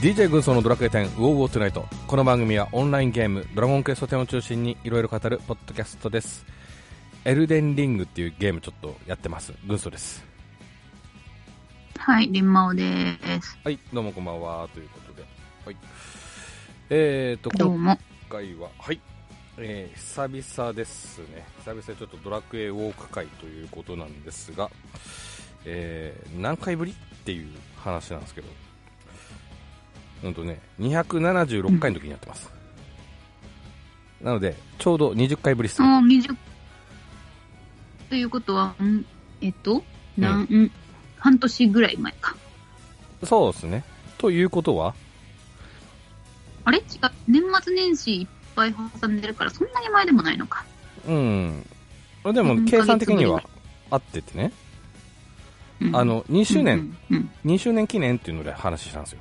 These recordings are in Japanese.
DJ 軍曹のドラクエ10ウォーウォートゥナイトこの番組はオンラインゲームドラゴンクエスト10を中心にいろいろ語るポッドキャストですエルデンリングっていうゲームちょっとやってます軍曹ですはい、リンマオです。はいどうもこんばんはということではいえーとどうも。今回は、はい、えー久々ですね、久々にちょっとドラクエウォーク会ということなんですが、えー何回ぶりっていう話なんですけど、うんとね、276回の時にやってます。なので、ちょうど20回ぶりですね。もう20。ということは、んえっと、なん、ん半年ぐらい前か。そうですね。ということは、あれ違う。年末年始いっぱい挟んでるから、そんなに前でもないのか。うん、でうもん計算的に一ヶは月合っててね、うんあ、の2周年、うん。うん。 2周年記念っていうので話したんですよ。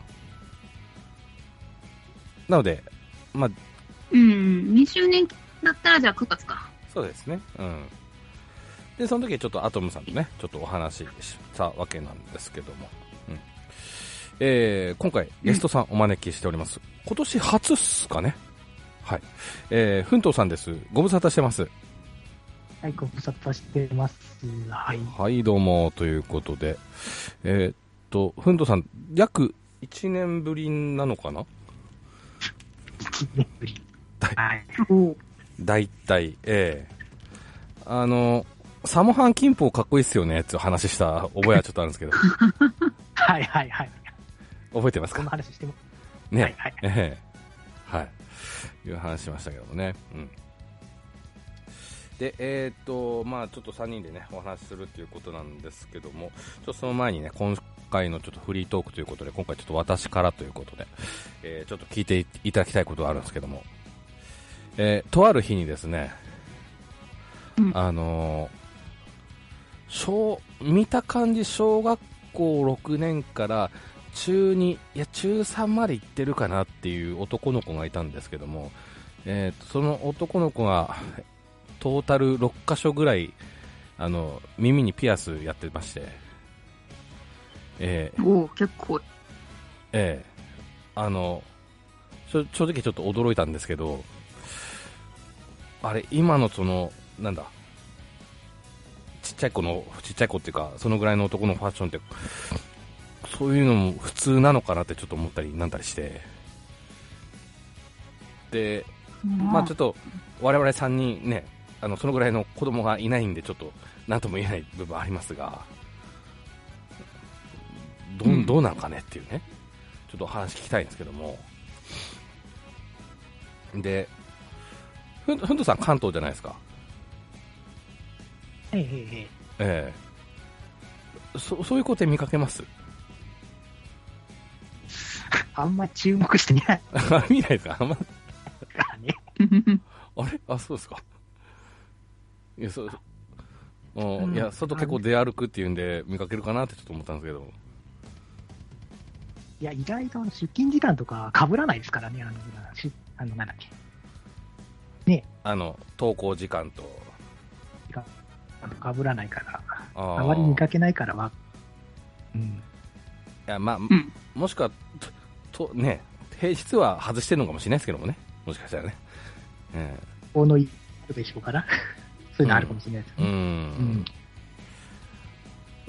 なので、まあ、うん、うん2周年だったら、じゃあ9月か。そうですね。うん。で、その時はちょっとアトムさんとね、ちょっとお話ししたわけなんですけども。うん。えー、今回ゲストさんお招きしております。今年初っすかね。はい。えー、ふんとうさんです。ご無沙汰してます。はい、ご無沙汰してます。はい。はい、どうも、ということで。えーっと、ふんとうさん、約1年ぶりなのかな1年ぶり。はい。お大体、ええあの、サモハン金峰かっこいいっすよねっていう話した覚えはちょっとあるんです けど、はいはいはい。覚えてますこのか話しても。ね、はいはい。ええはい。いう話しましたけどもね。うん。で、えーっと、まあちょっと3人でね、お話しするっていうことなんですけども、ちょっとその前にね、今回のちょっとフリートークということで、今回ちょっと私からということで、えーちょっと聞いていただきたいことがあるんですけども、えーとある日にですね、うんあのー小、見た感じ、小学校6年から中2、いや、中3まで行ってるかなっていう男の子がいたんですけども、えーとその男の子が、トータル6箇所ぐらい、あの、耳にピアスやってまして、えーお結構。ええあの、しょ正直ちょっと驚いたんですけど、あれ、今のその、なんだ、ちっちゃい子の、ちっちゃい子っていうか、そのぐらいの男のファッションって、そういうのも普通なのかなってちょっと思ったりなんだりして、で、まあちょっと、我々3人ね、あの、そのぐらいの子供がいないんで、ちょっと、なんとも言えない部分ありますが、どうんん、どうなんかねっていうね、ちょっとお話聞きたいんですけども。で、ふん、ふんとさん関東じゃないですか。ええええええそ、そういう子って見かけます あんま注目してないかあ見ないですかあんま、らね。あれあ、そうですか。いや、そう、ううんん、いや、外結構出歩くっていうんで、見かけるかなってちょっと思ったんですけど。いや、意外とあの出勤時間とか被らないですからね、あの、しあのなんだっけ。あの、投稿時間と。あの被らないから、あーあまり見かけないからは、うん。いや、まあ、うん。もしくは、と、とね、平日は外してるのかもしれないですけどもね。もしかしたらね。えこのいいことでしょうから、そういうのあるかもしれないですえうね。ん。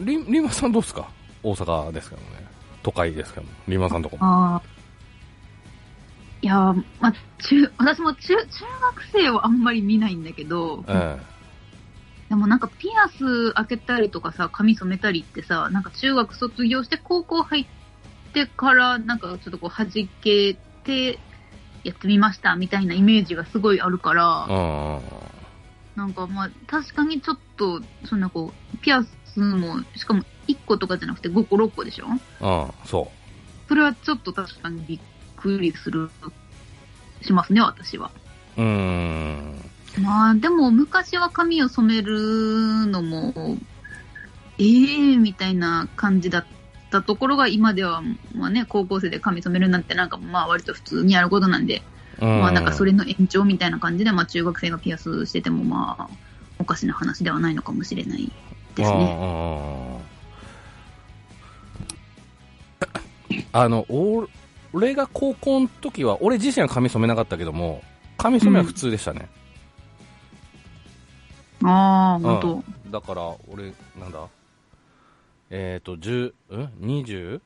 り、リマさんどうですか大阪ですけどもね。都会ですけども。リマさんとこも。 ああ。いやー、まあ、中、私も中、中学生はあんまり見ないんだけど、えでもなんかピアス開けたりとかさ、髪染めたりってさ、なんか中学卒業して高校入ってから、なんかちょっとこう弾けて、やってみましたみたいなイメージがすごいあるかえら、うん。なんかまあ確かにちょっと、そんなこう、ピアスも、しかも1個とかじゃなくて5個6個でしょうん、そそれはちょっと確かにびっくりする、しますね、私は。う。うーん。まあでも昔は髪を染めるのも、ええー、みたいな感じだったところが今では、まあね、高校生で髪染めるなんてなんかまあ割と普通にやることなんで、うんまあなんかそれの延長みたいな感じで、まあ中学生がピアスしててもまあおかしな話ではないのかもしれないですね。ね。あの、オール、俺が高校の時は、俺自身は髪染めなかったけども、髪染めは普通でしたね。ああ、うん本だ当。から、俺、なんだえっ、ー、と、10、うん ?22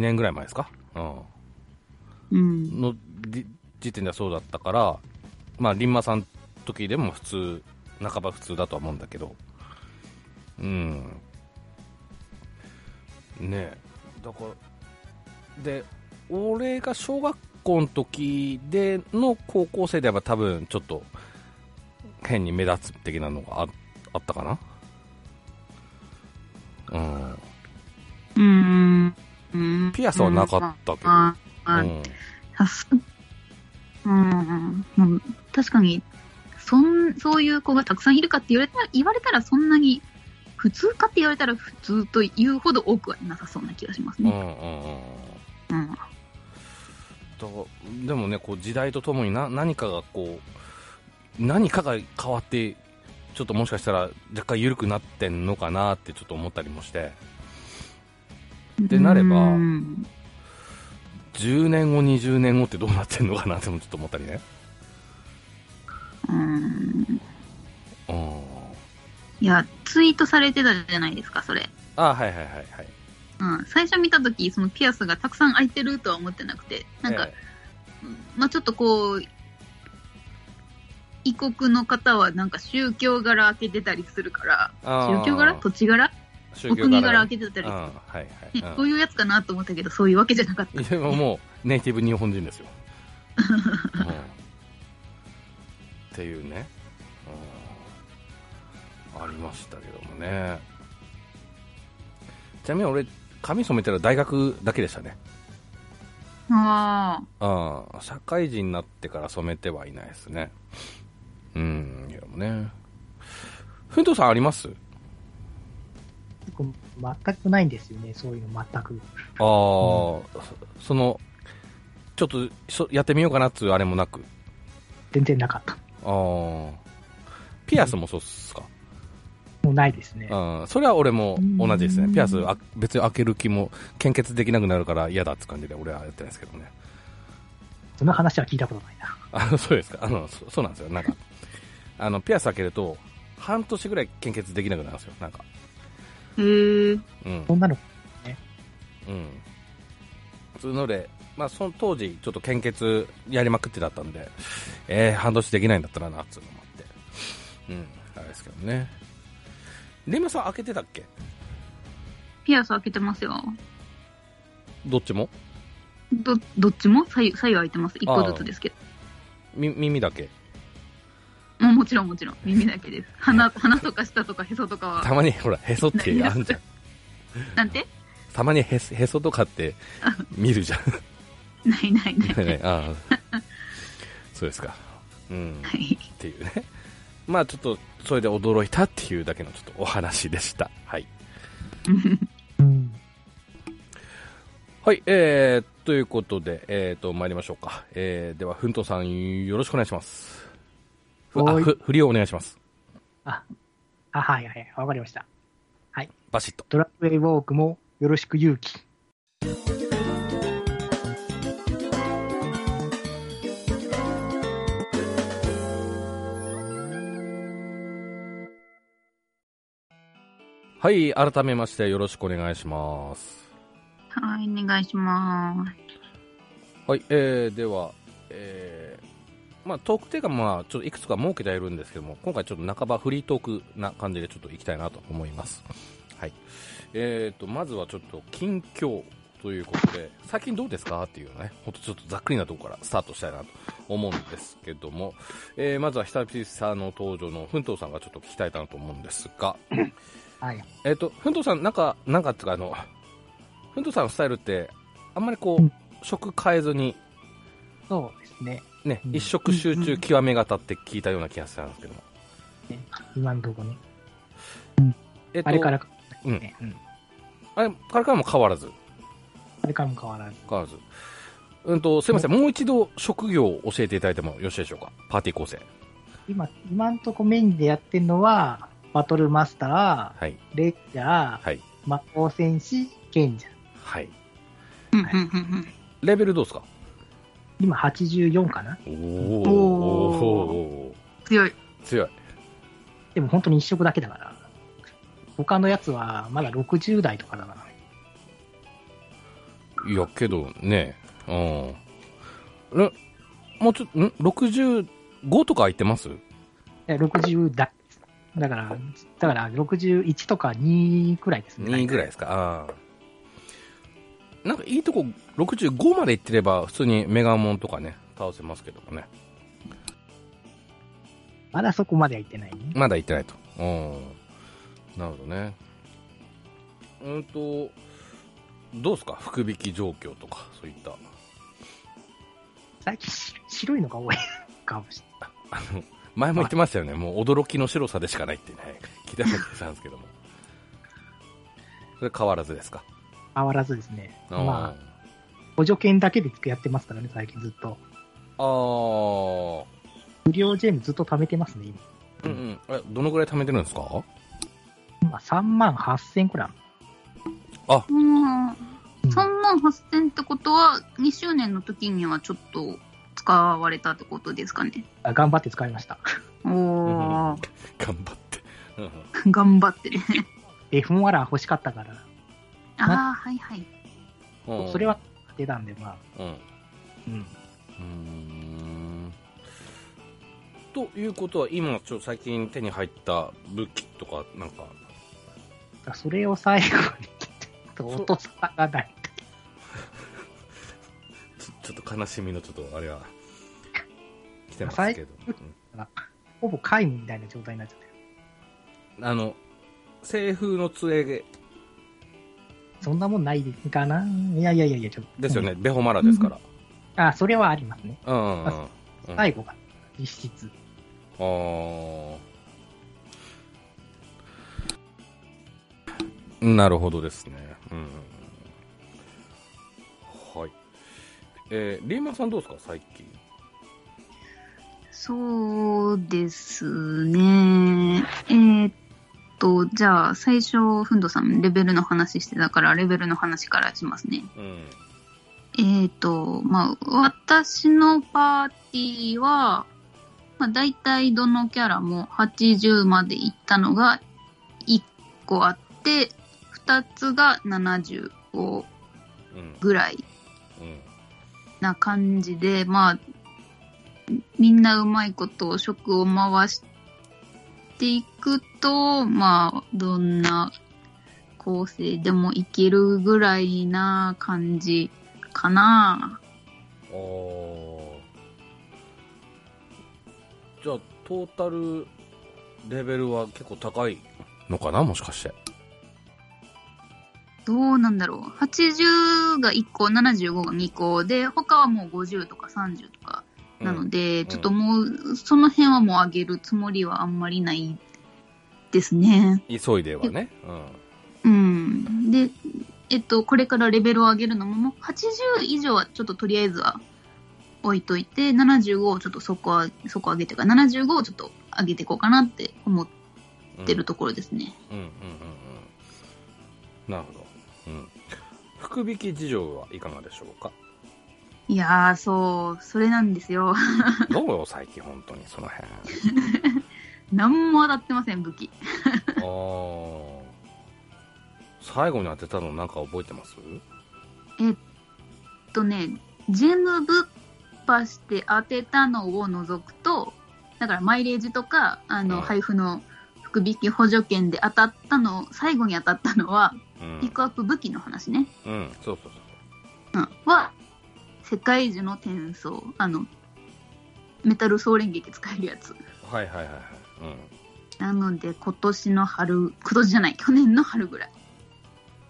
年ぐらい前ですかうん。うん。のじ時点ではそうだったから、まあ、リンマさん時でも普通、半ば普通だとは思うんだけど、うん。ねえ、だから、で、俺が小学校の時での高校生であれば多分ちょっと変に目立つ的なのがああったかなうん。うん。うんピアスはなかったけどああうんさす うん、もう確かにそん、そういう子がたくさんいるかって言われたら言われたらそんなに、普通かって言われたら普通というほど多くはなさそうな気がしますうんうね。んうん。うん。とでもねこう時代とともにな何かがこう何かが変わってちょっともしかしたら若干緩くなってんのかなってちょっと思ったりもしててなればうん10年後20年後ってどうなってんのかなってもちょっと思ったりねうん。うんいや、ツイートされてたじゃないですか、それ。あはいはいはいはいうん。最初見たとき、そのピアスがたくさん開いてるとは思ってなくて、なんか、えまあちょっとこう、異国の方はなんか宗教柄開けてたりするから、えあー宗教柄土地柄お宗国柄柄開けてたうんり、はいはい、ねうんそういうやつかなと思ったけど、そういうわけじゃなかった。いやもうネイティブ日本人ですよ、うんっていうね、うんありましたけどもねちなみに俺髪染めてるのは大学だけでしたね、あうん、社会人になってから染めてはいないですねうんいやもうねふんとうさんあります結構全くないんですよね、そういうの全く。ああ、そそのちょっとそやってみようかなっつうあれもなく全然なかった。ああピアスもそうっすかもうないですね。うん、それは俺も同じですうね。んピアスあ別に開ける気も献血できなくなるから嫌だって感じで俺はやってないですけどね。その話は聞いたことないな。あの、そうですか。あの、そそうなんですよ。なんか、あの、ピアス開けると、半年ぐらい献血できなくなるんですよ。なんか。あ。へえ。うん。そんなの、うん。そういうので、まあ、その当時、ちょっと献血やりまくってだったんで、えー、半年できないんだったらな、っていうのもあって。うん。あれですけどね。レムさん開けてたっけピアス開けてますよ。どっちもど、どっちも左右、左右開いてます。一個ずつですけど。み耳だけもうもちろんもちろん。耳だけです。鼻、鼻とか舌とかへそとかは。たまにほら、へそってあんじゃん。なんてたまにへそへそとかって見るじゃん。 ないないない。ね ああそうですか。うん。はっい。ていうね。まあちょっと、それで驚いたっていうだけのちょっとお話でした。はい。うん、はい、えー、ということで、えーと、参りましょうか。えー、では、ふんとうさん、よろしくお願いします。ふあ、はいふ、振りをお願いします。あ、はいはい、わかりました。バシッと。ドラッグウェイウォークもよろしく勇気。はい、改めましてよろしくお願いします。はい、お願いします。はい、えー、では、えーまあ、トークテーマはまあちょっといくつか設けてはいるんですけども、今回ちょっと半ばフリートークな感じでちょっといきたいなと思います。はい。えーと、まずはちょっと近況ということで、最近どうですかっていうね、ほんとちょっとざっくりなところからスタートしたいなと思うんですけども、えーまずは久々の登場の奮闘さんがちょっと聞きたいなと思うんですが、はい。えっ、と、ふんとうさん、なんか、なんかっていうか、あの、ふんとうさんのスタイルって、あんまりこうんう、食変えずに、そうですね。ね、うん一食集中極め型って聞いたような気がしたんですけども。今のとこね。えっと、あれからか、うんねうん。あれからからも変わらず。あれからも変わらず。変わらず。うんと、すいません、もう一度職業を教えていただいてもよろしいでしょうか。パーティー構成。今、今のとこメインでやってるのは、バトルマスタはい。ー、レッジャー、はい。魔法戦士、賢者。はい。うんうんうんレベルどうですか今84かなおーおー強い。強いでも本当に一色だけだから。他のやつはまだ60代とかだから。いやけどねうんえもうちょっとん65とか空いてますえ60代。だから、だから61とか2くらいですね。 2位ぐらいですかあーなんかいいとこ65までいってれば普通にメガモンとかね倒せますけどもねまだそこまでは行ってないね。まだ行ってないと。うん。なるほどね。うんと、どうですか福引き状況とか、そういった。最近し白いのが多いかもしれあの、前も言ってましたよね。もう驚きの白さでしかないってね、 聞いた時なんですけども。それ変わらずですか。ない。変わらずですね。まあ、あ。補助券だけでやってますからね、最近ずっと。あー無料ジェムずっと貯めてますね、うんうん。え、どのぐらい貯めてるんですか今。今3万8000くらい。うん。うん3万8000ってことは、2周年の時にはちょっと使われたってことですかね。あ頑張って使いました。 おー、 頑張って。うんうん頑張ってる。 F1 アラー欲しかったから。ああ、はいはい。うんそれは、出たんで、まあ、うん。うん。うーんということは今ちょ最近手に入った武器とかなんかそれを最後に、ちょっと落とさがない。ちょちょっと悲しみのちょっとあれは来てますけど、ほぼ皆無みたいな状態になっちゃってる。うんあの西風の杖そんなもんないかな。いやいやいやいや、ちょっと。ですよね、ベホマラですからあ、それはありますね。うんうんうんうん最後が、実質。あーなるほどですね。うん。はい。えーリーマンさんどうですか最近。そうですね。えーっと、じゃあ、最初、ふんどさん、レベルの話してたから、レベルの話からしますね。うん。えーっと、まあ、私のパーティーは、まあ、大体どのキャラも80までいったのが1個あって、2つが75うん。ぐらいうん。な感じで、まあ、みんなうまいこと職を回していくと、まあ、どんな構成でもいけるぐらいな感じかな。あーじゃあトータルレベルは結構高いのかなもしかしてどうなんだろう。80が1個、75が2個で、他はもう50とか30とかなので、んちょっともう、その辺はもう上げるつもりはあんまりないですね。急いではね、うん、うん。で、えっと、これからレベルを上げるのも、もう80以上はちょっととりあえずは置いといて、75をちょっと底上げ、底上げというか、75をちょっと上げていこうかなって思っうんてるところですね。うんうんうんうんなるほど、うん、福引き事情はいかがでしょう かいやー、そう、それなんですよ。 どうよ最近本当にその辺何も当たってません、武器。ああ最後に当てたのなんか覚えてますえっとね、ジェムぶっ破して当てたのを除くと、だからマイレージとか、あうんの、配布の福引き補助券で当たったの、最後に当たったのは、うピん、ックアップ武器の話ね。うん、そうそうそううんは、世界樹の転送。あの、メタル総連撃使えるやつ。はいはいはいはい、なので、今年の春、今年じゃない、去年の春ぐらい。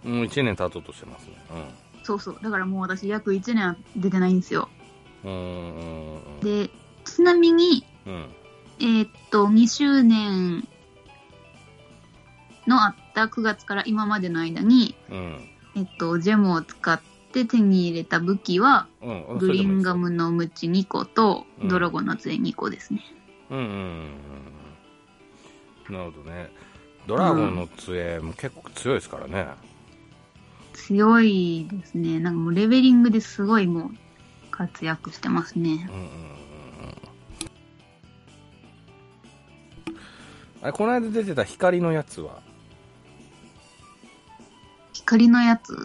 うん、もう1年経とうとしてますねうんそうそう。だからもう私約1年出てないんですよ。うーんうんで、ちなみに、うんえーっと、2周年のあった9月から今までの間に、うんえっと、ジェムを使って手に入れた武器は、うんグリンガムのムチ2個とう、んドラゴンの杖2個ですね。うんうんうんうんなるほどねドラゴンの杖も結構強いですからね、強いですね。なんかもうレベリングですごいもう活躍してますね。うんうんうんうんあれこの間出てた光のやつは光のやつ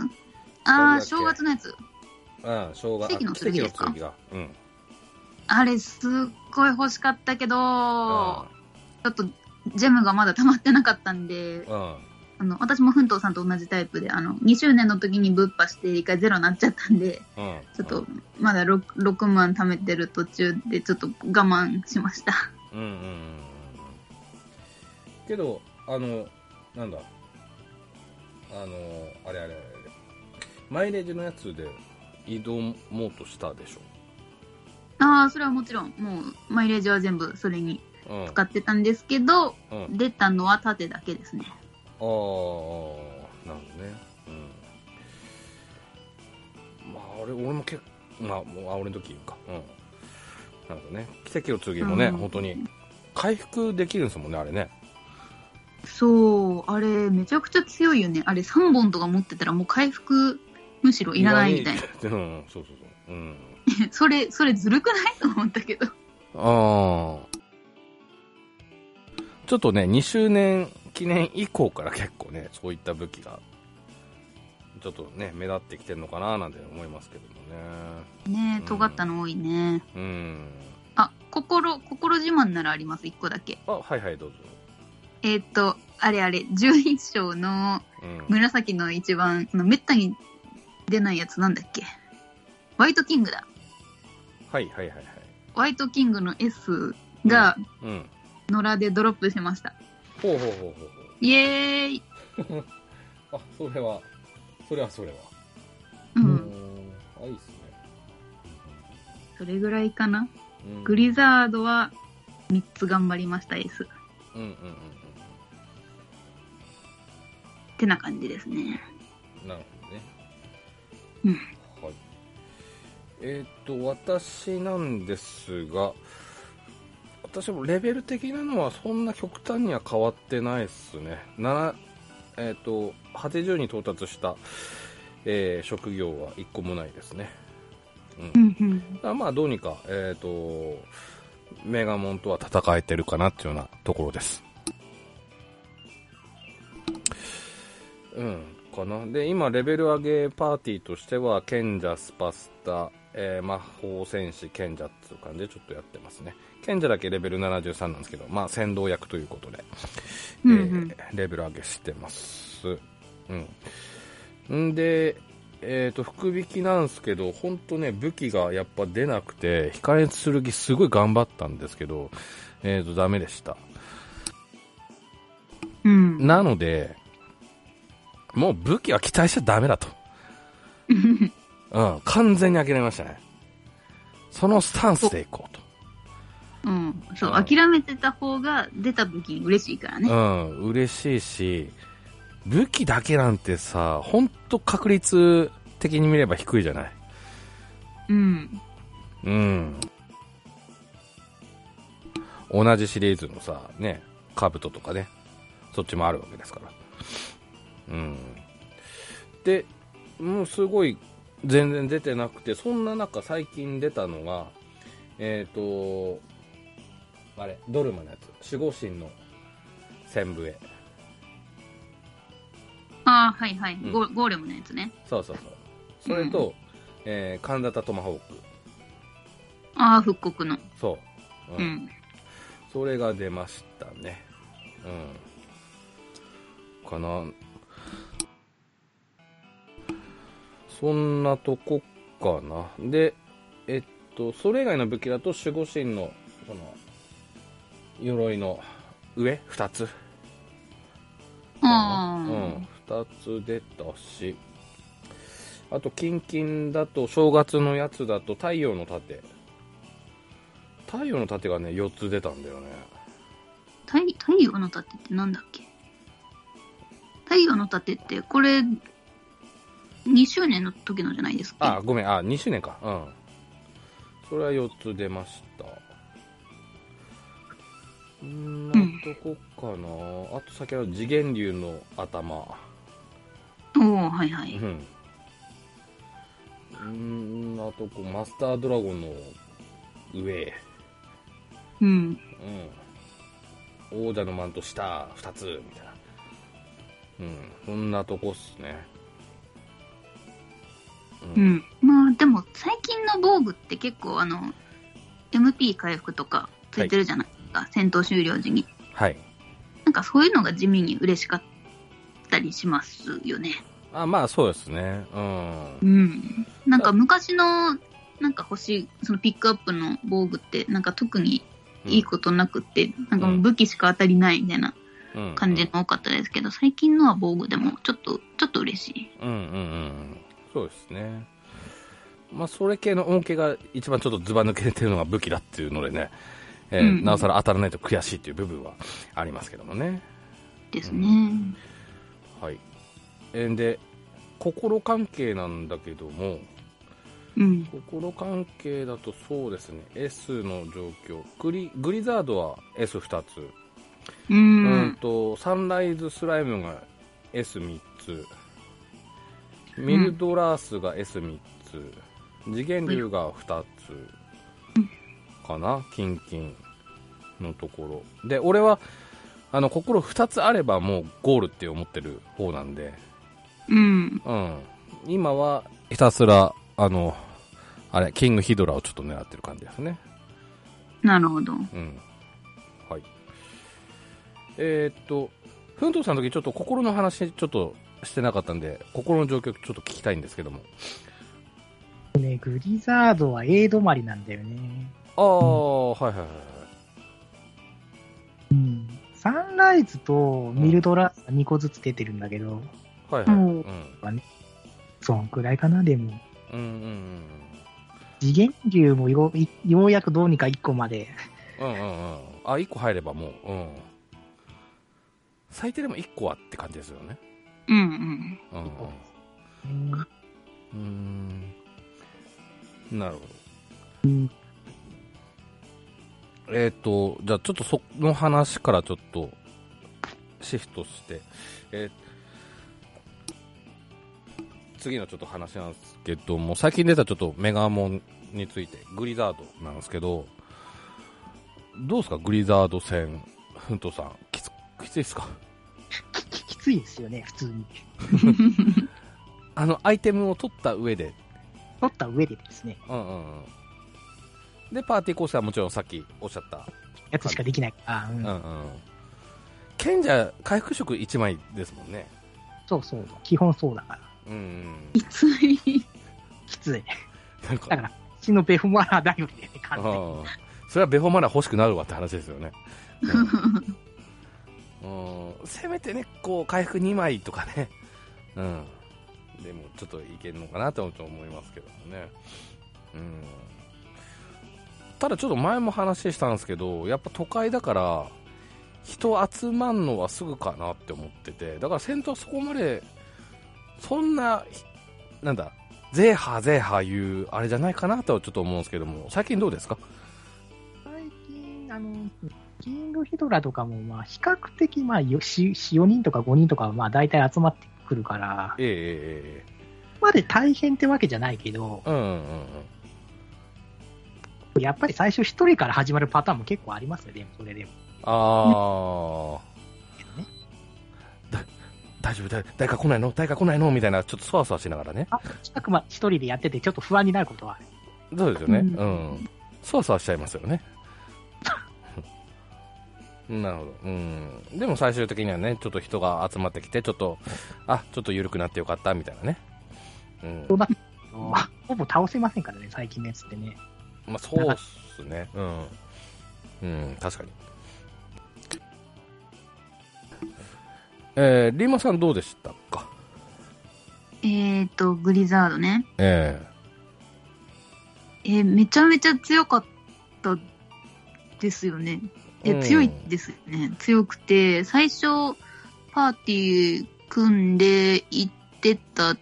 ああ、光正だっけ月のやつ。うんしょうが奇跡の剣です奇跡かの剣がうんあれ、すっごい欲しかったけど、ちょっとジェムがまだ溜まってなかったんで、うんうんあの私も奮闘さんと同じタイプで、あの2周年の時にぶっ破して1回ゼロになっちゃったんで、うんちょっとまだ 6, 6万貯めてる途中で、ちょっと我慢しました。うんうんうんうんうんけどあのなんだあのあれあれあれあれマイレージのやつで移動もうとしたでしああ、それはもちろん、もうマイレージは全部それにょうん使ってたんですけど、うん出たのは盾だけですね。ああなるほどねうんまあ俺俺も結構まあもうあ俺の時言うかうんなるほどね奇跡を継ぎもね、うん本当に回復できるんですもんねあれねそう、あれ、めちゃくちゃ強いよね。あれ、3本とか持ってたら、もう回復、むしろいらないみたいな。なうんそうそうそううん それ、それずるくないと思ったけど。ああちょっとね2周年記念以降から結構ねそういった武器がちょっとね目立ってきてるのかななんて思いますけどもねうねんえ、尖ったの多いね。うんあ、心、心自慢ならあります、1個だけ。あはいはいどうぞえーっと、あれあれ、11章のうん紫の一番、あのめったに出ないやつなんだっけ。ホワイトキングだ。はいはいはいはい。ホワイトキングの S がうん。野良でドロップしました。ほうほうほうほイエーイうほう。あ、それは、それはそれは。う、。うんあ、いいっすね。それぐらいかな。うんグリザードは3つ頑張りました、S。っうんうんうんてな感じですね。うん。なるほどね。うんはい。えっ、と、私なんですが、私もレベル的なのはそんな極端には変わってないっすね。なえっ、と、80に到達した、えー職業は一個もないですね。うんうんうん。あまあどうにか、えっとメガモンとは戦えてるかなっていうようなところですうんかなで今レベル上げパーティーとしては賢者スパスタ、えー魔法戦士賢者っていう感じでちょっとやってますね賢者だけレベル73なんですけどまあ先導役ということで、うんうんえーレベル上げしてますうんんでえー、と福引きなんですけど、本当ね、武器がやっぱ出なくて、光の剣すごい頑張ったんですけど、えー、とダメでした。うん。なので、もう武器は期待しちゃダメだと。うん、完全に諦めましたね。そのスタンスでいこうと。うん。そう、うん諦めてた方が出た武器に嬉しいからうね。ん、嬉しいし、武器だけなんてさ、本当確率的に見れば低いじゃない。うん。うん。同じシリーズのさ、ね、カブトとかね、そっちもあるわけですから。うん。で、もうすごい、全然出てなくて、そんな中最近出たのが、えっ、と、あれ、ドルマのやつ、守護神の戦笛。ああ、はいはい、うんゴーゴーレムのやつね。そうそうそう。それと、えー、神田田トマホーク。ああ、復刻の。そう。う。ん。それが出ましたね。うん。かな。そんなとこかな。で、えっと、それ以外の武器だと守護神の、この、鎧の上二つ。あうあ、ん、2つ出たし、あと、キンキンだと、正月のやつだと、太陽の盾。太陽の盾がね、4つ出たんだよね。太太陽の盾ってなんだっけ太陽の盾って、これ、2周年の時のじゃないですあか。ごめん、あ、2周年か。うん。それは4つ出ました。うーん、うんあとこかな。あと先ほど、次元竜の頭。あおおはいはうい。んうーんあとこうマスタードラゴンの上、うん。うん、王者のマント下2つみたいなうんそんなとこっすねう、ん。まあでも最近の防具って結構あの、MP 回復とかついてるじゃないですか。戦闘終了時に。はいなんかそういうのが地味に嬉しかったりしますよね。あまあそうですねうんうん。なんか昔の、なんか星、そのピックアップの防具って、なんか特にいいことなくって、なんかもう武器しか当たりないみたいなうん感じの多かったですけど、最近のは防具でもちょっと、ちょっと嬉しい。うんうんうんうんそうですねまあそれ系の恩恵が一番ちょっとずば抜けてるのが武器だっていうのでね、えーうんうんなおさら当たらないと悔しいっていう部分はありますけどもねですね。はいえーで心関係なんだけどもうん。心関係だとそうですね S の状況グリグリザードは S2 つう。うんんとサンライズスライムが S3 つミルドラースが S3 つ次元竜が2つかなキンキンのところで俺はあの心2つあればもうゴールって思ってる方なんで、うん。うん、今はひたすらあのあれキングヒドラをちょっと狙ってる感じですねなるほど。うん。はい。えーっと、奮闘さんの時ちょっと心の話ちょっとしてなかったんで、心の状況ちょっと聞きたいんですけども。ね、グリザードは A 止まりなんだよね。ああ、はいはいはいうん。サンライズとミルドラー2個ずつ出てるんだけど、はい。はいはい。ううんん。そんくらいかな、でも。うんうん次元流もよいようやくどうにか1個まで。うん。うんうんうん。あ、1個入ればもう、うん。最低でも1個はって感じですよね。うんうんうん。うんうーんなるほど。えっ、と、じゃあちょっとその話からちょっとシフトして、えー次のちょっと話なんですけども、最近出たちょっとメガモンについて、グリザードなんですけど、どうですか、グリザード戦、ふんとさん、きつきついですかきききついですよね、普通に。うん。あの、アイテムを取った上で取った上でですね、うんうんうんでパーティー構成はもちろんさっきおっしゃった、やつしかできないから、ううんんうん、賢者回復食1枚ですもんねそうそう、基本そうだから、うん、うん、いつい。 きつい。なんかだから、うちのベフマラーだよね、う完全に。んそれはベホマラ欲しくなるわって話ですよね、うん、うんせめてねこう回復2枚とかねうんでもちょっといけるのかなと思いますけどもねうんただちょっと前も話したんですけどやっぱ都会だから人集まんのはすぐかなって思っててだから戦闘はそこまでそんなひなんだゼーハーゼーハー言うあれじゃないかなとはちょっと思うんですけども最近どうですか最近、あの、キングヒドラとかも、まあ、比較的、まあ、よし4人とか5人とかは、まあ、大体集まってくるから、こえええこまで大変ってわけじゃないけどえ、ええうんうんうんうんやっぱり最初1人から始まるパターンも結構ありますよね、それでも。ああ、けどね大丈夫だ誰か来ないの誰か来ないのみたいなちょっとそわそわしながらねあ近くまで1人でやってて、ちょっと不安になることはある。そうですよねう、うんそわそわしちゃいますよ ねなるほどうんでも最終的にはねちょっと人が集まってきてちょっとあちょっと緩くなってよかったみたいなねうんそうなってくるとほぼ倒せませんからね、最近のやつってね。まあそうっすねうん、うん、確かにえー、リーマさんどうでしたかえっと、グリザードね。えええーめちゃめちゃ強かったですよね。えうん強いですね。強くて、最初、パーティー組んで行ってた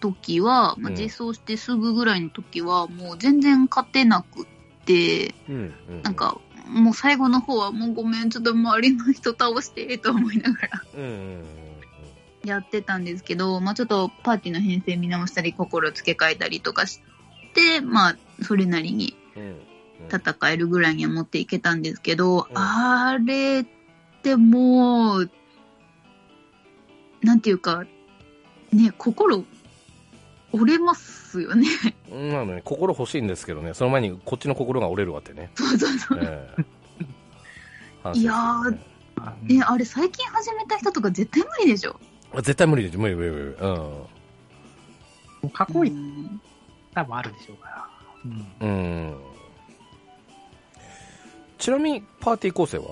時は、まうあ、ん実装してすぐぐらいの時は、もう全然勝てなくって、うんうんなんか、もう最後の方は、もうごめん、ちょっと周りの人倒して、と思いながら。うんうんうんやってたんですけど、まあ、ちょっとパーティーの編成見直したり、心付け替えたりとかして、まあ、それなりにうん戦えるぐらいには持っていけたんですけど、うんあれってもう、なんていうか、ね、心、折れますよね。 なので、心欲しいんですけどね、その前にこっちの心が折れるわって ね。そうそうそう。ええ反省ですけどねえ、あれ最近始めた人とか絶対無理でしょ絶対無理でしょ、無理無理無理。うんもう過去うにん多分あるでしょうから。ううんんちなみにパーティー構成は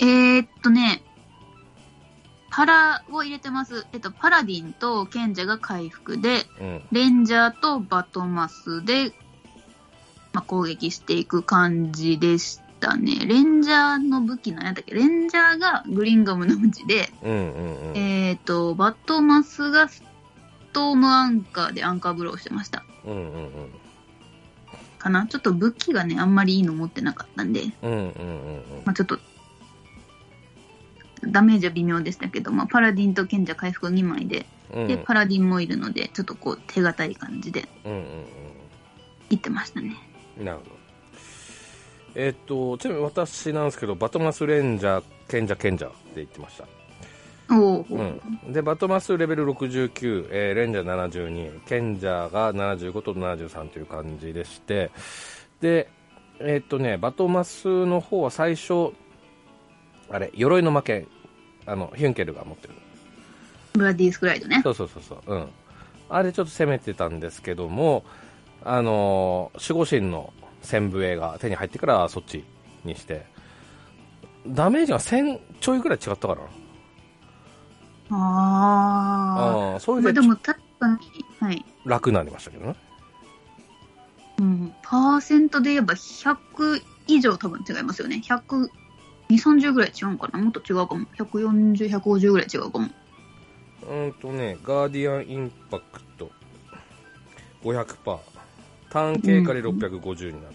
えー、っとね、パラを入れてます。えっと、パラディンと賢者が回復で、うんレンジャーとバトマスで、まあ、攻撃していく感じでしたね。レンジャーの武器なんやったっけレンジャーがグリンガムの無知で、うんうんうんえー、っと、バトマスがストームアンカーでアンカーブローしてました。うんうんうんかなちょっと武器がね、あんまりいいの持ってなかったんで、うんうんうんまあ、ちょっと、ダメージは微妙でしたけど、まあ、パラディンと賢者回復2枚で、うんうんで、パラディンもいるので、ちょっとこう、手堅い感じでうんうんいってましたね。うんなるほどえっとちなみに私なんですけどバトマスレンジャー賢者賢者って言ってました、おお、うん、でバトマスレベル69、えーレンジャー72賢者が75と73という感じでしてでえっとねバトマスの方は最初あれ鎧の魔剣あのヒュンケルが持ってるブラディースクライドね。 そうそうそうそう、うん、あれちょっと攻めてたんですけども、あのー守護神の戦笛が手に入ってからそっちにして、ダメージが1000ちょいくらい違ったかな、ああーそあ。れまあででちょも、確かに、はい。楽になりましたけどね、うん、パーセントで言えば100以上多分違いますよね。100、2、30ぐらい違うんかなもっと違うかも。140、150ぐらい違うかも。うんとね、ガーディアンインパクト500%、単経過で650になる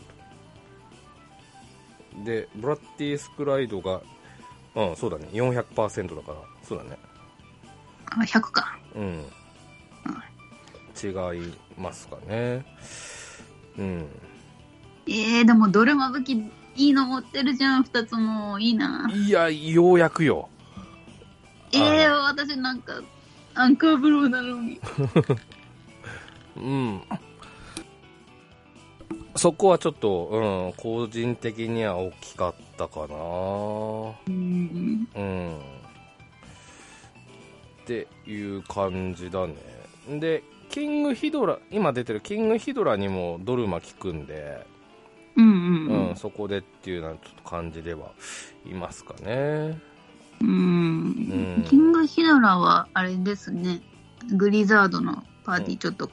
と、で、ブラッティスクライドが、うん、そうだね、400%だから、そうだね。あ、100か。うん、違いますかね、うん、えー、でも、どれも武器いいの持ってるじゃん、2つも。いいな。いや、ようやくよ、えー、私なんか、アンカーブローなのに。うん、そこはちょっと、うん、個人的には大きかったかな、うん。うん、っていう感じだね。でキングヒドラ今出てるキングヒドラにもドルマ効くんで、うんううんんそこでっていうのはちょっと感じではいますかね。ううん。うんん。キングヒドラは、あれですね。グリザードのパーティーちょっと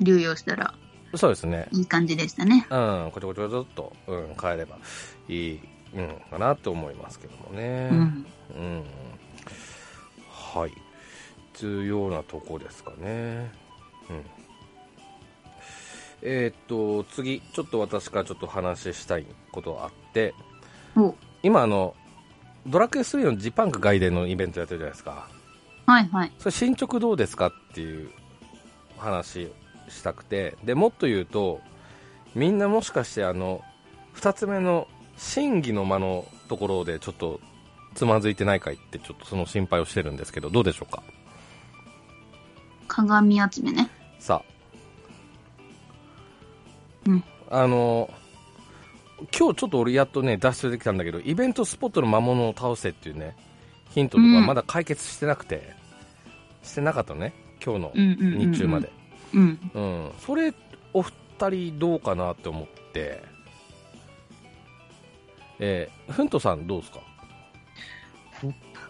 流用したらそうですねいい感じでしたね。うん、こちょこちょこちょっと、うん、変えればいい、うん、かなと思いますけどもね。うん。うん。はい。というようなとこですかね。うん。えーっと、次、ちょっと私からちょっと話したいことあって、お今、あの、ドラクエ3のジパンク外伝のイベントやってるじゃないですか。はいはい。それ進捗どうですかっていう話したくてでもっと言うとみんなもしかしてあの2つ目の審議の間のところでちょっとつまずいてないかいってちょっとその心配をしてるんですけどどうでしょうか鏡集めね。さあ、うんあの今日ちょっと俺やっとね脱出できたんだけどイベントスポットの魔物を倒せっていうねヒントとかうんまだ解決してなくて、してなかったのね今日のうんうんうん、うん。日中まで。うん。うん、それお二人どうかなって思って、えー、ふんとさんどうですか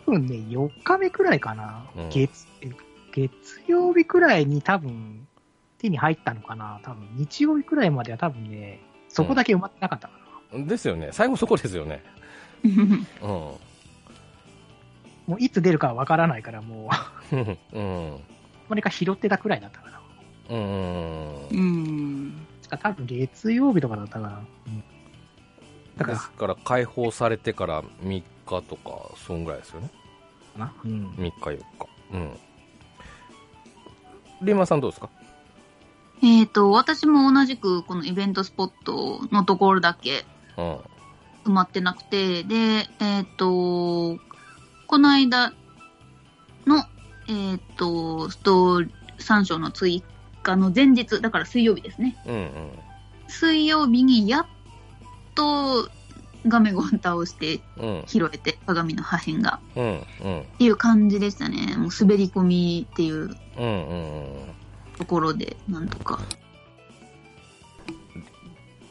多分ね、4日目くらいかな、うん月え月曜日くらいに多分手に入ったのかな、多分日曜日くらいまでは多分ね、そこだけ埋まってなかったかな。ですよね最後そこですよねうんもういつ出るかはわからないから、もう、うんうん何か拾ってたくらいだったかな。うん うん。しか多分月曜日とかだったかな。うんだかでらすから解放されてから3日とかそんぐらいですよねかな。うん。 3日4日うんリーマンさんどうですかえっ、と、私も同じくこのイベントスポットのところだけうん埋まってなくて、で、えっ、と、この間の、えっ、と、ストーリー、3章の追加の前日、だから水曜日ですね。うんうん水曜日にやっとガメゴン倒してうん拾えて、鏡の破片が。うんうんっていう感じでしたね。もう滑り込みっていううんうんうんところで、なんとか。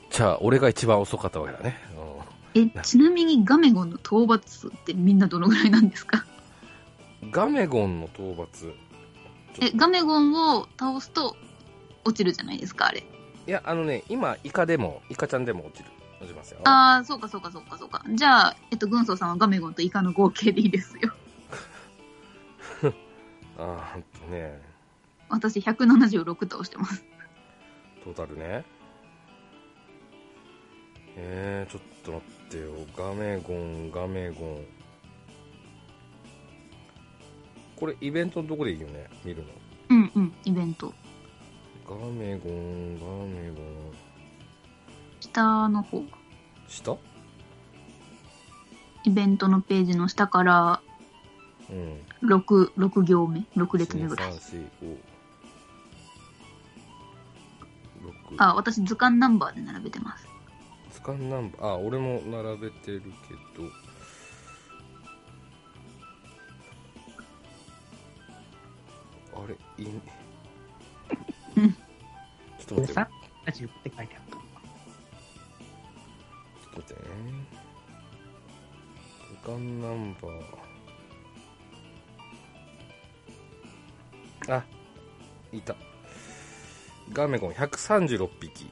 じゃあ俺が一番遅かったわけだね、うんえ、ちなみにガメゴンの討伐数ってみんなどのぐらいなんですかガメゴンの討伐ちょえ、ガメゴンを倒すと落ちるじゃないですか、あれ。いやあのね今イカでもイカちゃんでも落ちる落ちますよあー、そうかそうかそうかそうか。じゃあ、えっと、軍曹さんはガメゴンとイカの合計でいいですよ。 あーほんとね私176倒してます。トータルねえー、ちょっと待ってよガメゴンガメゴンこれイベントのとこでいいよね見るのうんうん、イベント。ガメゴンガメゴン下の方。下イベントのページの下からうん6、6行目、6列目ぐらい。 12345あ、私図鑑ナンバーで並べてます。図鑑ナンバーあ俺も並べてるけどあれいんうんちょっとこれ待って375よって書いてある。ちょっと待ってね図鑑ナンバーあいたガメゴン136匹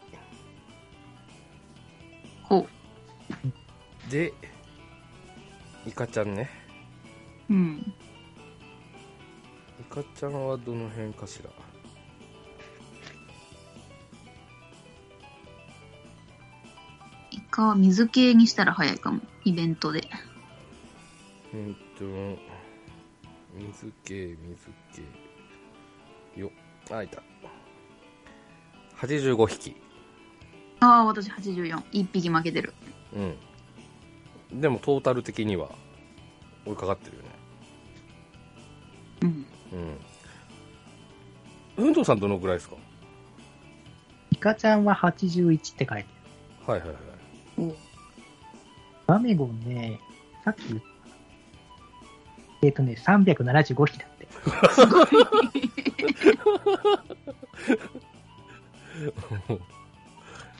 ほでイカちゃんねう。うん。イカちゃんはどの辺かしらイカは水系にしたら早いかも。イベントで。うんと水系水系よあいた85匹ああ、私84。1匹負けてる。うんでもトータル的には追いかかってるよねうん。うん運動さんどのぐらいですかイカちゃんは81って書いてある。はいはいはいガメゴンね、さっき言った。えっ、とね、375匹だって。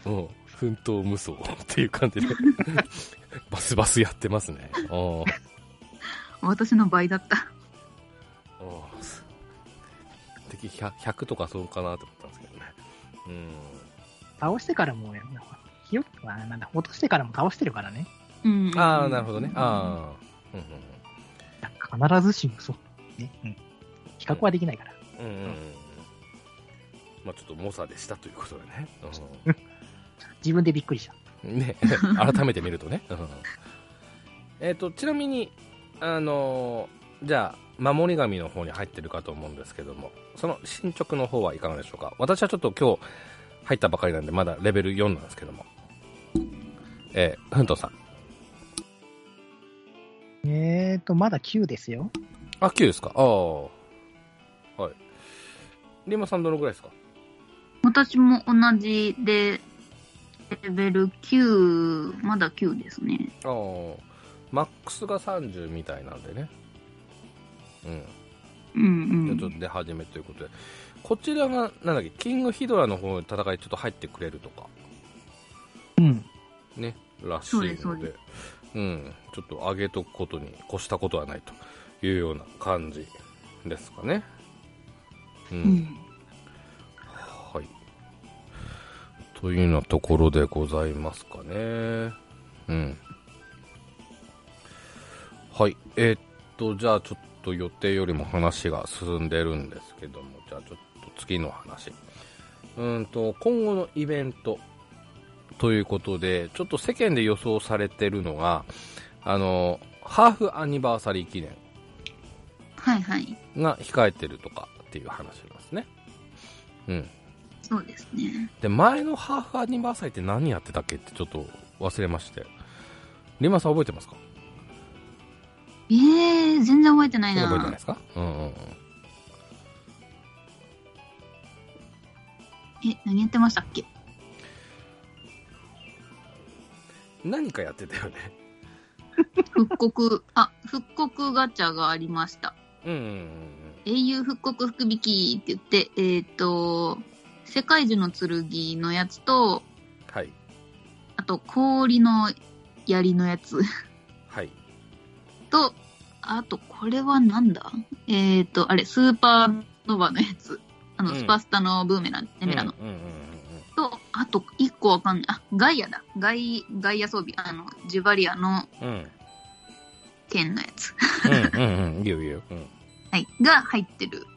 もう奮闘無双っていう感じ でバスバスやってますねああ私の倍だった。ああす敵 100, 100とかそうかなと思ったんですけどねうん倒してからも、なんかひよあなんだ、落としてからも倒してるからね。うん。ああなるほどねああうん必ずしもそう。ね。うん。比較はできないから。うんうんうんうんまあちょっと猛者でしたということでね、自分でびっくりした。うん、 ね改めて見るとね、うん、えっとちなみにあのーじゃあ守り神の方に入ってるかと思うんですけどもその進捗の方はいかがでしょうか私はちょっと今日入ったばかりなんでまだレベル4なんですけどもえー、ふんとさんえっ、と、まだ9ですよ。あ、9ですか。ああ。はい。リンマさんどのぐらいですか私も同じで、レベル9、まだ9ですね。ああ。マックスが30みたいなんでね。うん。うんうちょっん。と出始めということで。こちらが、なんだっけ、キングヒドラの方に戦いちょっと入ってくれるとか、うん。ね、らしいそのうで、ですそうでうん。ちょっと上げとくことに越したことはないというような感じですかね。ううんん。はい。というようなところでございますかね。うん。はい。えーっと、じゃあちょっと予定よりも話が進んでるんですけども、じゃあちょっと次の話。うーんと、今後のイベントということで、ちょっと世間で予想されてるのが、あの、ハーフアニバーサリー記念はいはい。が控えてるとかっていう話なんですね。うん。そうですね。で、前のハーフアニバーサリーって何やってたっけってちょっと忘れまして。リマさん覚えてますかえー、全然覚えてないな。覚えてないですかうんうんうん。え、何やってましたっけ何かやってたよね。復刻、あ、復刻ガチャがありました。うんうんうん英雄復刻福引きって言って、えっ、と、世界樹の剣のやつと、うん。はい。あと氷の槍のやつはい。と、あとこれはなんだえっ、と、あれ、スーパーノバのやつ。あの、うんスパスタのブーメラン、ネメラの。うんうんうんうんうん。と、あと一個わかんない。あ、ガイアだ。ガイ、ガイア装備。あの、ジュバリアのうん。剣のやつ。 うんうんうん。いいよいいよ。うん。はい。が入ってる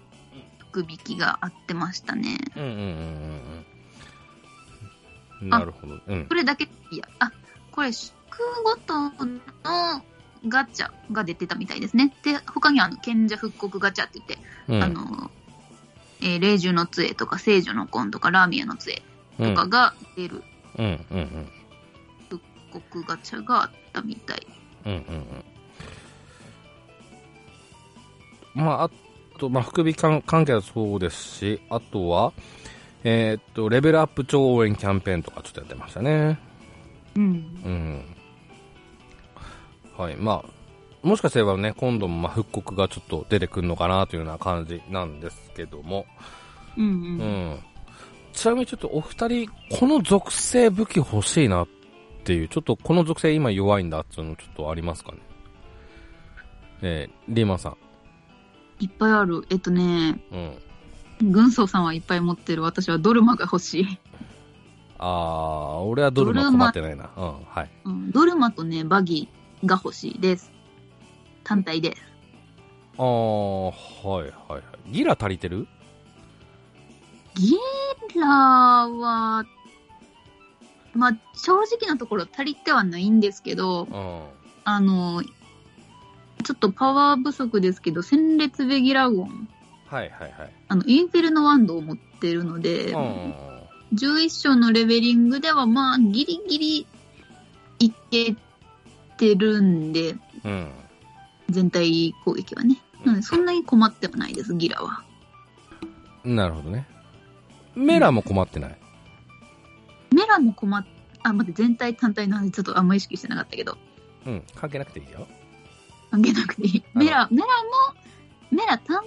福引きがあってましたね。うんうんうんうんうん。なるほど。うんこ。れだけ、いや、あ、これ、宿ごとのガチャが出てたみたいですね。で、他には、あの、賢者復刻ガチャって言って、うんあの、えー霊獣の杖とか、聖女の魂とか、ラーミアの杖うんとかが出るうんうんうん。復刻ガチャがあったみたい。うんうんうん。まあ、あと、まあ、福引関関係はそうですし、あとは、えーっと、レベルアップ超応援キャンペーンとかちょっとやってましたね。うん。うん。はい、まあ、もしかすればね、今度もまあ復刻がちょっと出てくるのかなというような感じなんですけども、うんううん。ん。ちなみにちょっとお二人、この属性武器欲しいなっていう、ちょっとこの属性今弱いんだっていうのちょっとありますかね。えー、リーマンさん。いっぱいある。えっとね、うん。軍曹さんはいっぱい持ってる。私はドルマが欲しい。あー、俺はドルマ困ってないな。うん、はい。うん、ドルマとね、バギーが欲しいです。単体で。あー、はいはいはい。ギラ足りてるギラは、まあ、正直なところ足りてはないんですけど、うん。あの、ちょっとパワー不足ですけど、戦列ベギラゴン、はいはいはい。あの、インフェルノワンドを持ってるので、うん。 11章のレベリングでは、まあ、ギリギリいけてるんで、うん。全体攻撃はね。なのでそんなに困ってはないです、ギラは。なるほどね。メラも困ってない。メラも困っ、あ、待って、全体単体なんで、ちょっとあんま意識してなかったけど、うん、関係なくていいよ。関係なくていい。あのメラ、メラも、メラ単、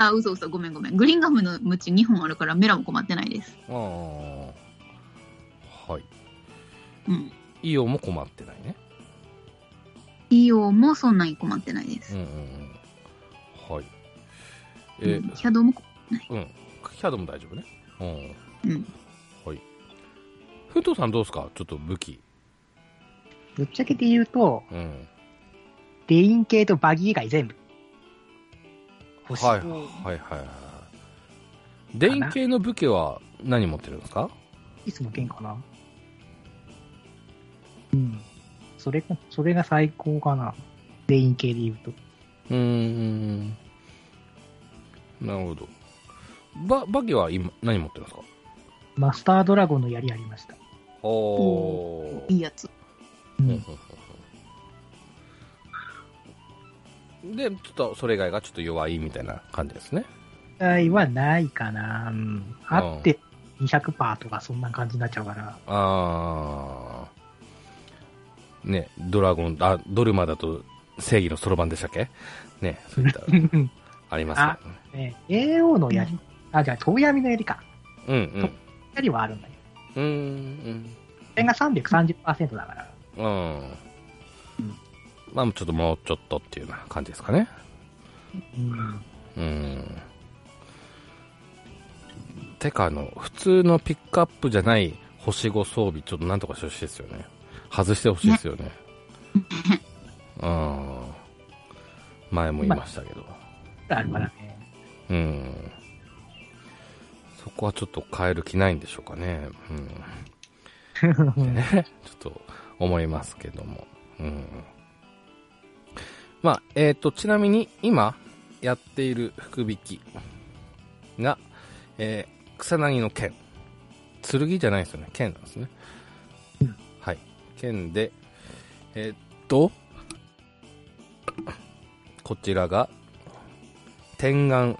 あ、嘘嘘、ごめんごめん。グリンガムのムチ2本あるから、メラも困ってないです。うん。はい。うん。イオも困ってないね。イオもそんなに困ってないでうす。んうんうん。はい。えうんキャドも、うん。キャドも大丈夫ね。うん。うん。ふとさんどうですかちょっと武器。ぶっちゃけて言うと、うん。レイン系とバギー以外全部。欲しい。はいはいはいはい。電気系の武器は何持ってるんですかいつも剣かな。うん。それが、それが最高かな。レイン系で言うと。うーん。なるほど。バ、バギは今、何持ってるんですかマスタードラゴンの槍ありました。おー。いいやつ。うんで、ちょっとそれ以外がちょっと弱いみたいな感じですね。愛はないかな。うん。あって200%とかそんな感じになっちゃうから。あー。ね、ドラゴン、あ、ドルマだと正義のそろばんでしたっけね、そういった、ありますかね、AO の槍、あ、じゃあ、遠闇の槍か。らね。うん槍はあるんだけど。うん。うん、それが330%だから。うん。うん。まあ、ちょっともうちょっとっていうような感じですかね。うん。うん。てか、あの、普通のピックアップじゃない星5装備、ちょっとなんとかしてほしいですよね。外してほしいですよね。うん。前も言いましたけど。あるからね。うん。そこはちょっと変える気ないんでしょうかね。うん。ね、ちょっと思いますけども。うん。まあ、えっ、と、ちなみに今、やっている福引きが、えー草薙の剣剣じゃないですよね剣なんですね、うんはい剣でえーっとこちらが天眼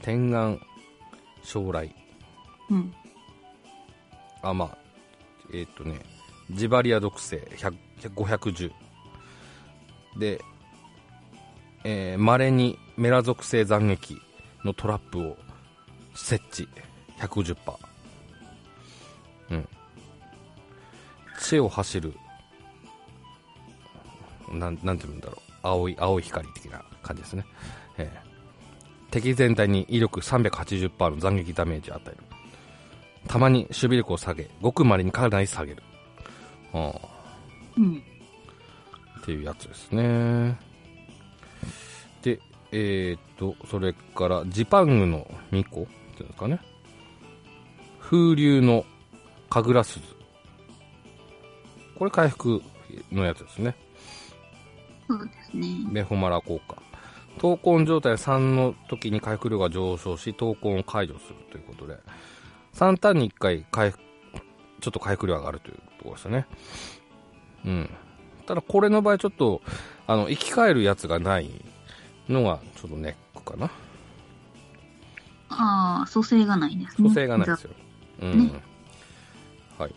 天眼将来うん。あまあえーっとねジバリア属性100 510でえー稀にメラ属性斬撃のトラップを設置110%うん地を走るなんなんて言うんだろう青い青い光的な感じですね、えー敵全体に威力380%の斬撃ダメージを与えるたまに守備力を下げごくまれにかなり下げるああうん。っていうやつですねでえー、っとそれからジパングの2個っていうんですかね風流の神楽鈴これ回復のやつですねそうですね。メホマラ効果闘魂状態3の時に回復量が上昇し闘魂を解除するということで3ターンに1回回復ちょっと回復量が上がるというところでしたねうんただこれの場合ちょっとあの生き返るやつがないのがちょっとネックかなああ、蘇生がないですね。蘇生がないですよ、うん、ねはい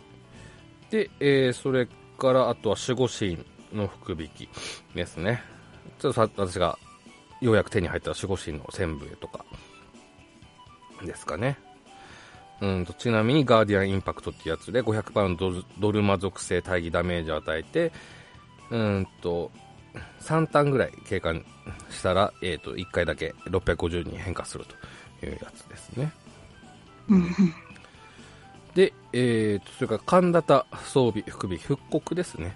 で、えーそれからあとは守護神の福引きですねちょっとさ私がようやく手に入った守護神の専務とかですかねうんとちなみにガーディアンインパクトってやつで500パウンドドルマ属性大義ダメージを与えてうんと3ターンぐらい経過したら、えー、と1回だけ650に変化するというやつですねうんで、えー、とそれから神田田装備福引復刻ですね、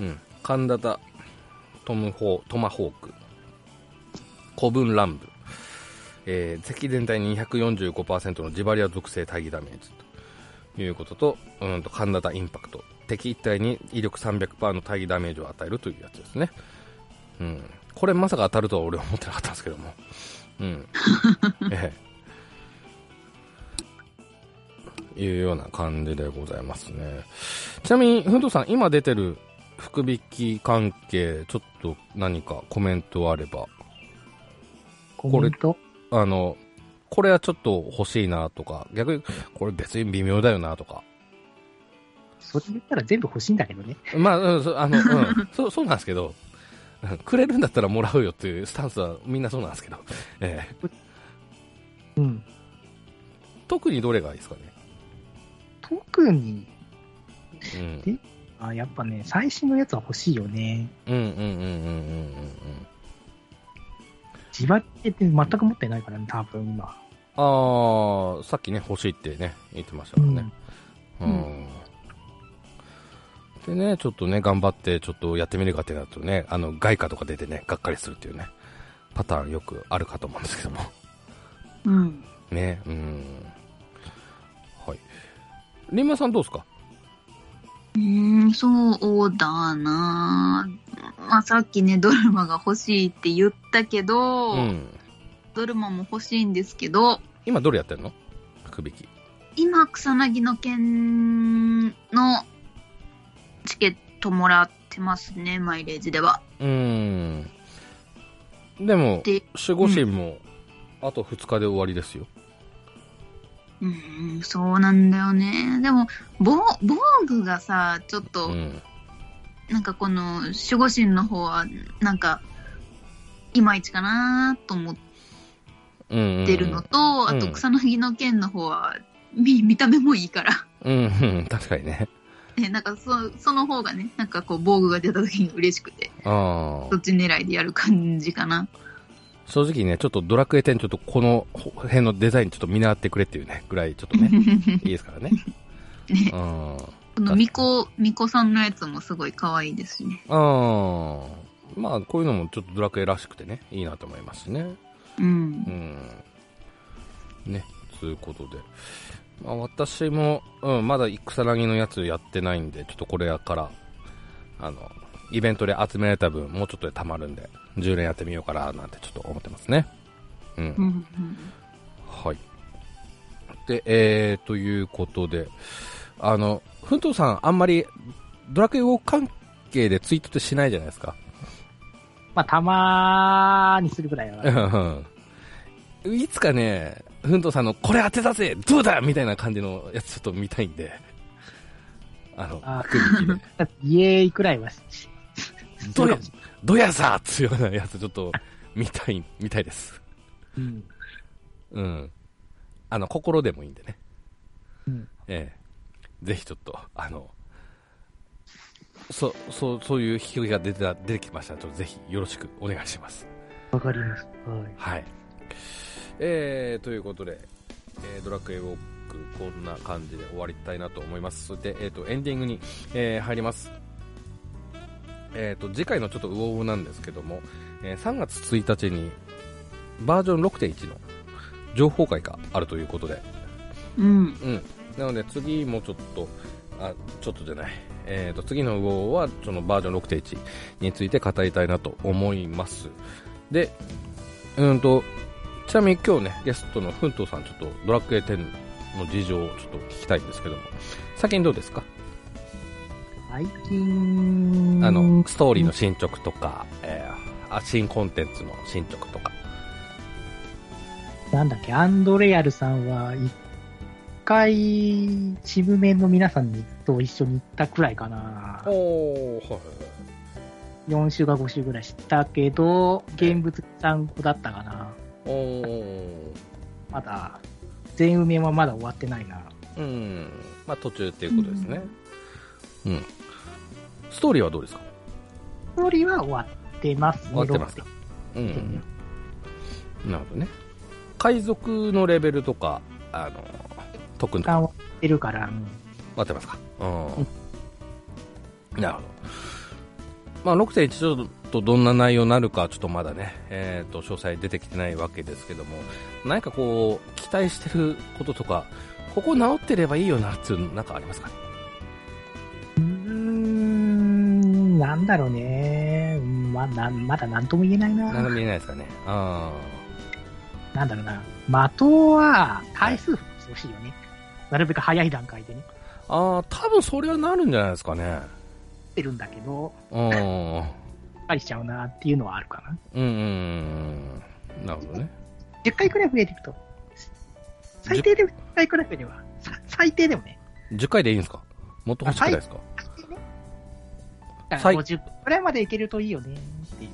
うん、神田田トムホートマホーク古文乱舞、えー、敵全体に245%のジバリア属性大義ダメージということとうんと神田田インパクト敵一体に威力300%の大義ダメージを与えるというやつですね、うん、これまさか当たるとは俺は思ってなかったんですけども、うん、ええいうような感じでございますねちなみにふんとさん今出てる福引き関係ちょっと何かコメントあればコメントあのこれはちょっと欲しいなとか逆にこれ別に微妙だよなとかそれ言ったら全部欲しいんだけどね。まあ、うん、そあの、うん、そう、そうなんですけど、うんくれるんだったらもらうよっていうスタンスはみんなそうなんですけど、ええうん。特にどれがいいですかね。特に、うんであやっぱね、最新のやつは欲しいよね。うんうんうんうんうんうんうん。自バ系って全く持ってないからね、多分今。ああ、さっきね、欲しいってね、言ってましたからね。うんん。でね、ちょっとね、頑張って、ちょっとやってみるかってなるとね、あの、外貨とか出てね、がっかりするっていうね、パターンよくあるかと思うんですけども。 うん。ね、うん。はい。リンマさんどうですかうん、そうだなまあさっきね、ドルマが欲しいって言ったけど、うん。ドルマも欲しいんですけど、今どれやってんの福引き。今、草薙の剣のチケットもらってますね、マイレージでは。うーん。でも、で、守護神も、あと2日で終わりですよ。うん、そうなんだよね。でも、防防具がさ、ちょっと、うん。なんかこの守護神の方は、なんか、いまいちかなと思っうんうんうん。てるのと、あうとん草薙の剣の方は、見、見た目もいいから。うん、うん、確かにね。え、なんかそ、その方がね、なんかこう、防具が出た時に嬉しくて、あそあっ。ち狙いでやる感じかな。正直ね、ちょっとドラクエ10、ちょっとこの辺のデザインちょっと見習ってくれっていうね、ぐらいちょっとね、いいですからね。ねうん。この巫女、巫女さんのやつもすごい可愛いですしね。あーまあ、こういうのもちょっとドラクエらしくてね、いいなと思いますしね。う。うんん。ね、ということで。まあ、私も、うん、まだ草薙のやつやってないんで、ちょっとこれから、あの、イベントで集められた分、もうちょっとで貯まるんで、10年やってみようかな、なんてちょっと思ってますね。うん。うんうんはい。で、えー、ということで、あの、ふんとうさん、あんまり、ドラクエウォーク関係でツイートってしないじゃないですか。 まあ、たまーにするぐらい は。うんいつかね、ふんとうさんの、これ当てたぜどうだみたいな感じのやつちょっと見たいんで、あの、あ福引きで、イエーイくらいはし。どうやかもしれないどやさーっていうようなやつちょっと見たい、見たいです。うん。うん。あの、心でもいいんでね。うんええ。ぜひちょっと、あの、そう、そう、そういう引きが出てた、出てきましたら、ちょっとぜひよろしくお願いします。わかります。はい。はい。えー、ということで、えードラクエウォーク、こんな感じで終わりたいなと思います。そして、えっ、と、エンディングに、えー入ります。えっ、と、次回のちょっとウォーウなんですけども、えー3月1日に、バージョン6.1の情報会があるということで、うん。うん、なので次もちょっと、あちょっとじゃない、えー、と次のウォーはそのバージョン6.1について語りたいなと思います。で、うんと、ちなみに今日ね、ゲストのふんとうさん、ちょっとドラクエ10の事情をちょっと聞きたいんですけども、最近どうですか最近、あの、ストーリーの進捗とか、えーあ新コンテンツの進捗とか。なんだっけ、アンドレアルさんは、一回、チームメンの皆さんにと一緒に行ったくらいかな。おー、 4週か5週ぐらいしたけど、現物参考だったかな。おー、まだ、全埋めはまだ終わってないな。うん、まあ途中っていうことですね。うん。ストーリーはどうですかストーリーは終わってますね。終わってますかうんん。なるほどね。海賊のレベルとか、あの、特訓と時か、間を終わってるから、うん待ってますか。うん。なるほど。まあ、6.1ちょっとどんな内容になるか、ちょっとまだね、えっ、と、詳細出てきてないわけですけども、何かこう、期待してることとか、ここ治ってればいいよなっていうの、なんかありますかね。うーん、なんだろうね。うんまあ、なんまだ何とも言えないな。何でも言えないですかね。あなんだろうな。的は、回数増やしてほしいよね。なるべく早い段階でね。ーあー、多分それはなるんじゃないですかね。ってるんだけど、うん。やっぱりしちゃうなっていうのはあるかな。うんうんうんうん。なるほどね。 10回くらい増えていくと。最低でも10回くらい増えれば。さ最低でもね。 10回でいいんですかもっと欲しくないですか、最低ね。最50くらいまでいけるといいよねっていう。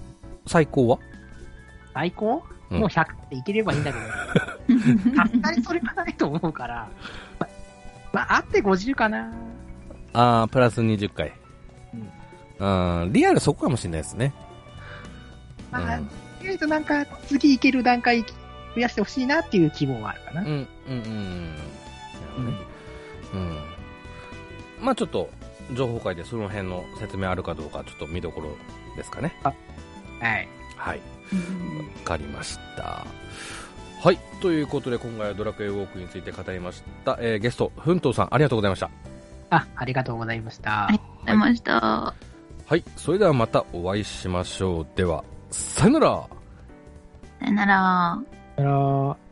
最高は最高、うんもう100っていければいいんだけど。 さすがにそれはないと思うから、まあ、あって50かな。ああ、プラス20回。うんうん。リアルそこかもしれないですね。まあ、うんとりあえずなんか、次いける段階増やしてほしいなっていう希望はあるかな。うん、うん、うんうん。なるほどね。うん。まあちょっと、情報会でその辺の説明あるかどうか、ちょっと見どころですかね。はい。はい。うんわかりました。はい。ということで、今回はドラクエウォークについて語りました。えーゲスト、ふんとうさん、ありがとうございました。あ、ありがとうございました。はい出ました。はい。それではまたお会いしましょう。では、さよならさよなら。あのー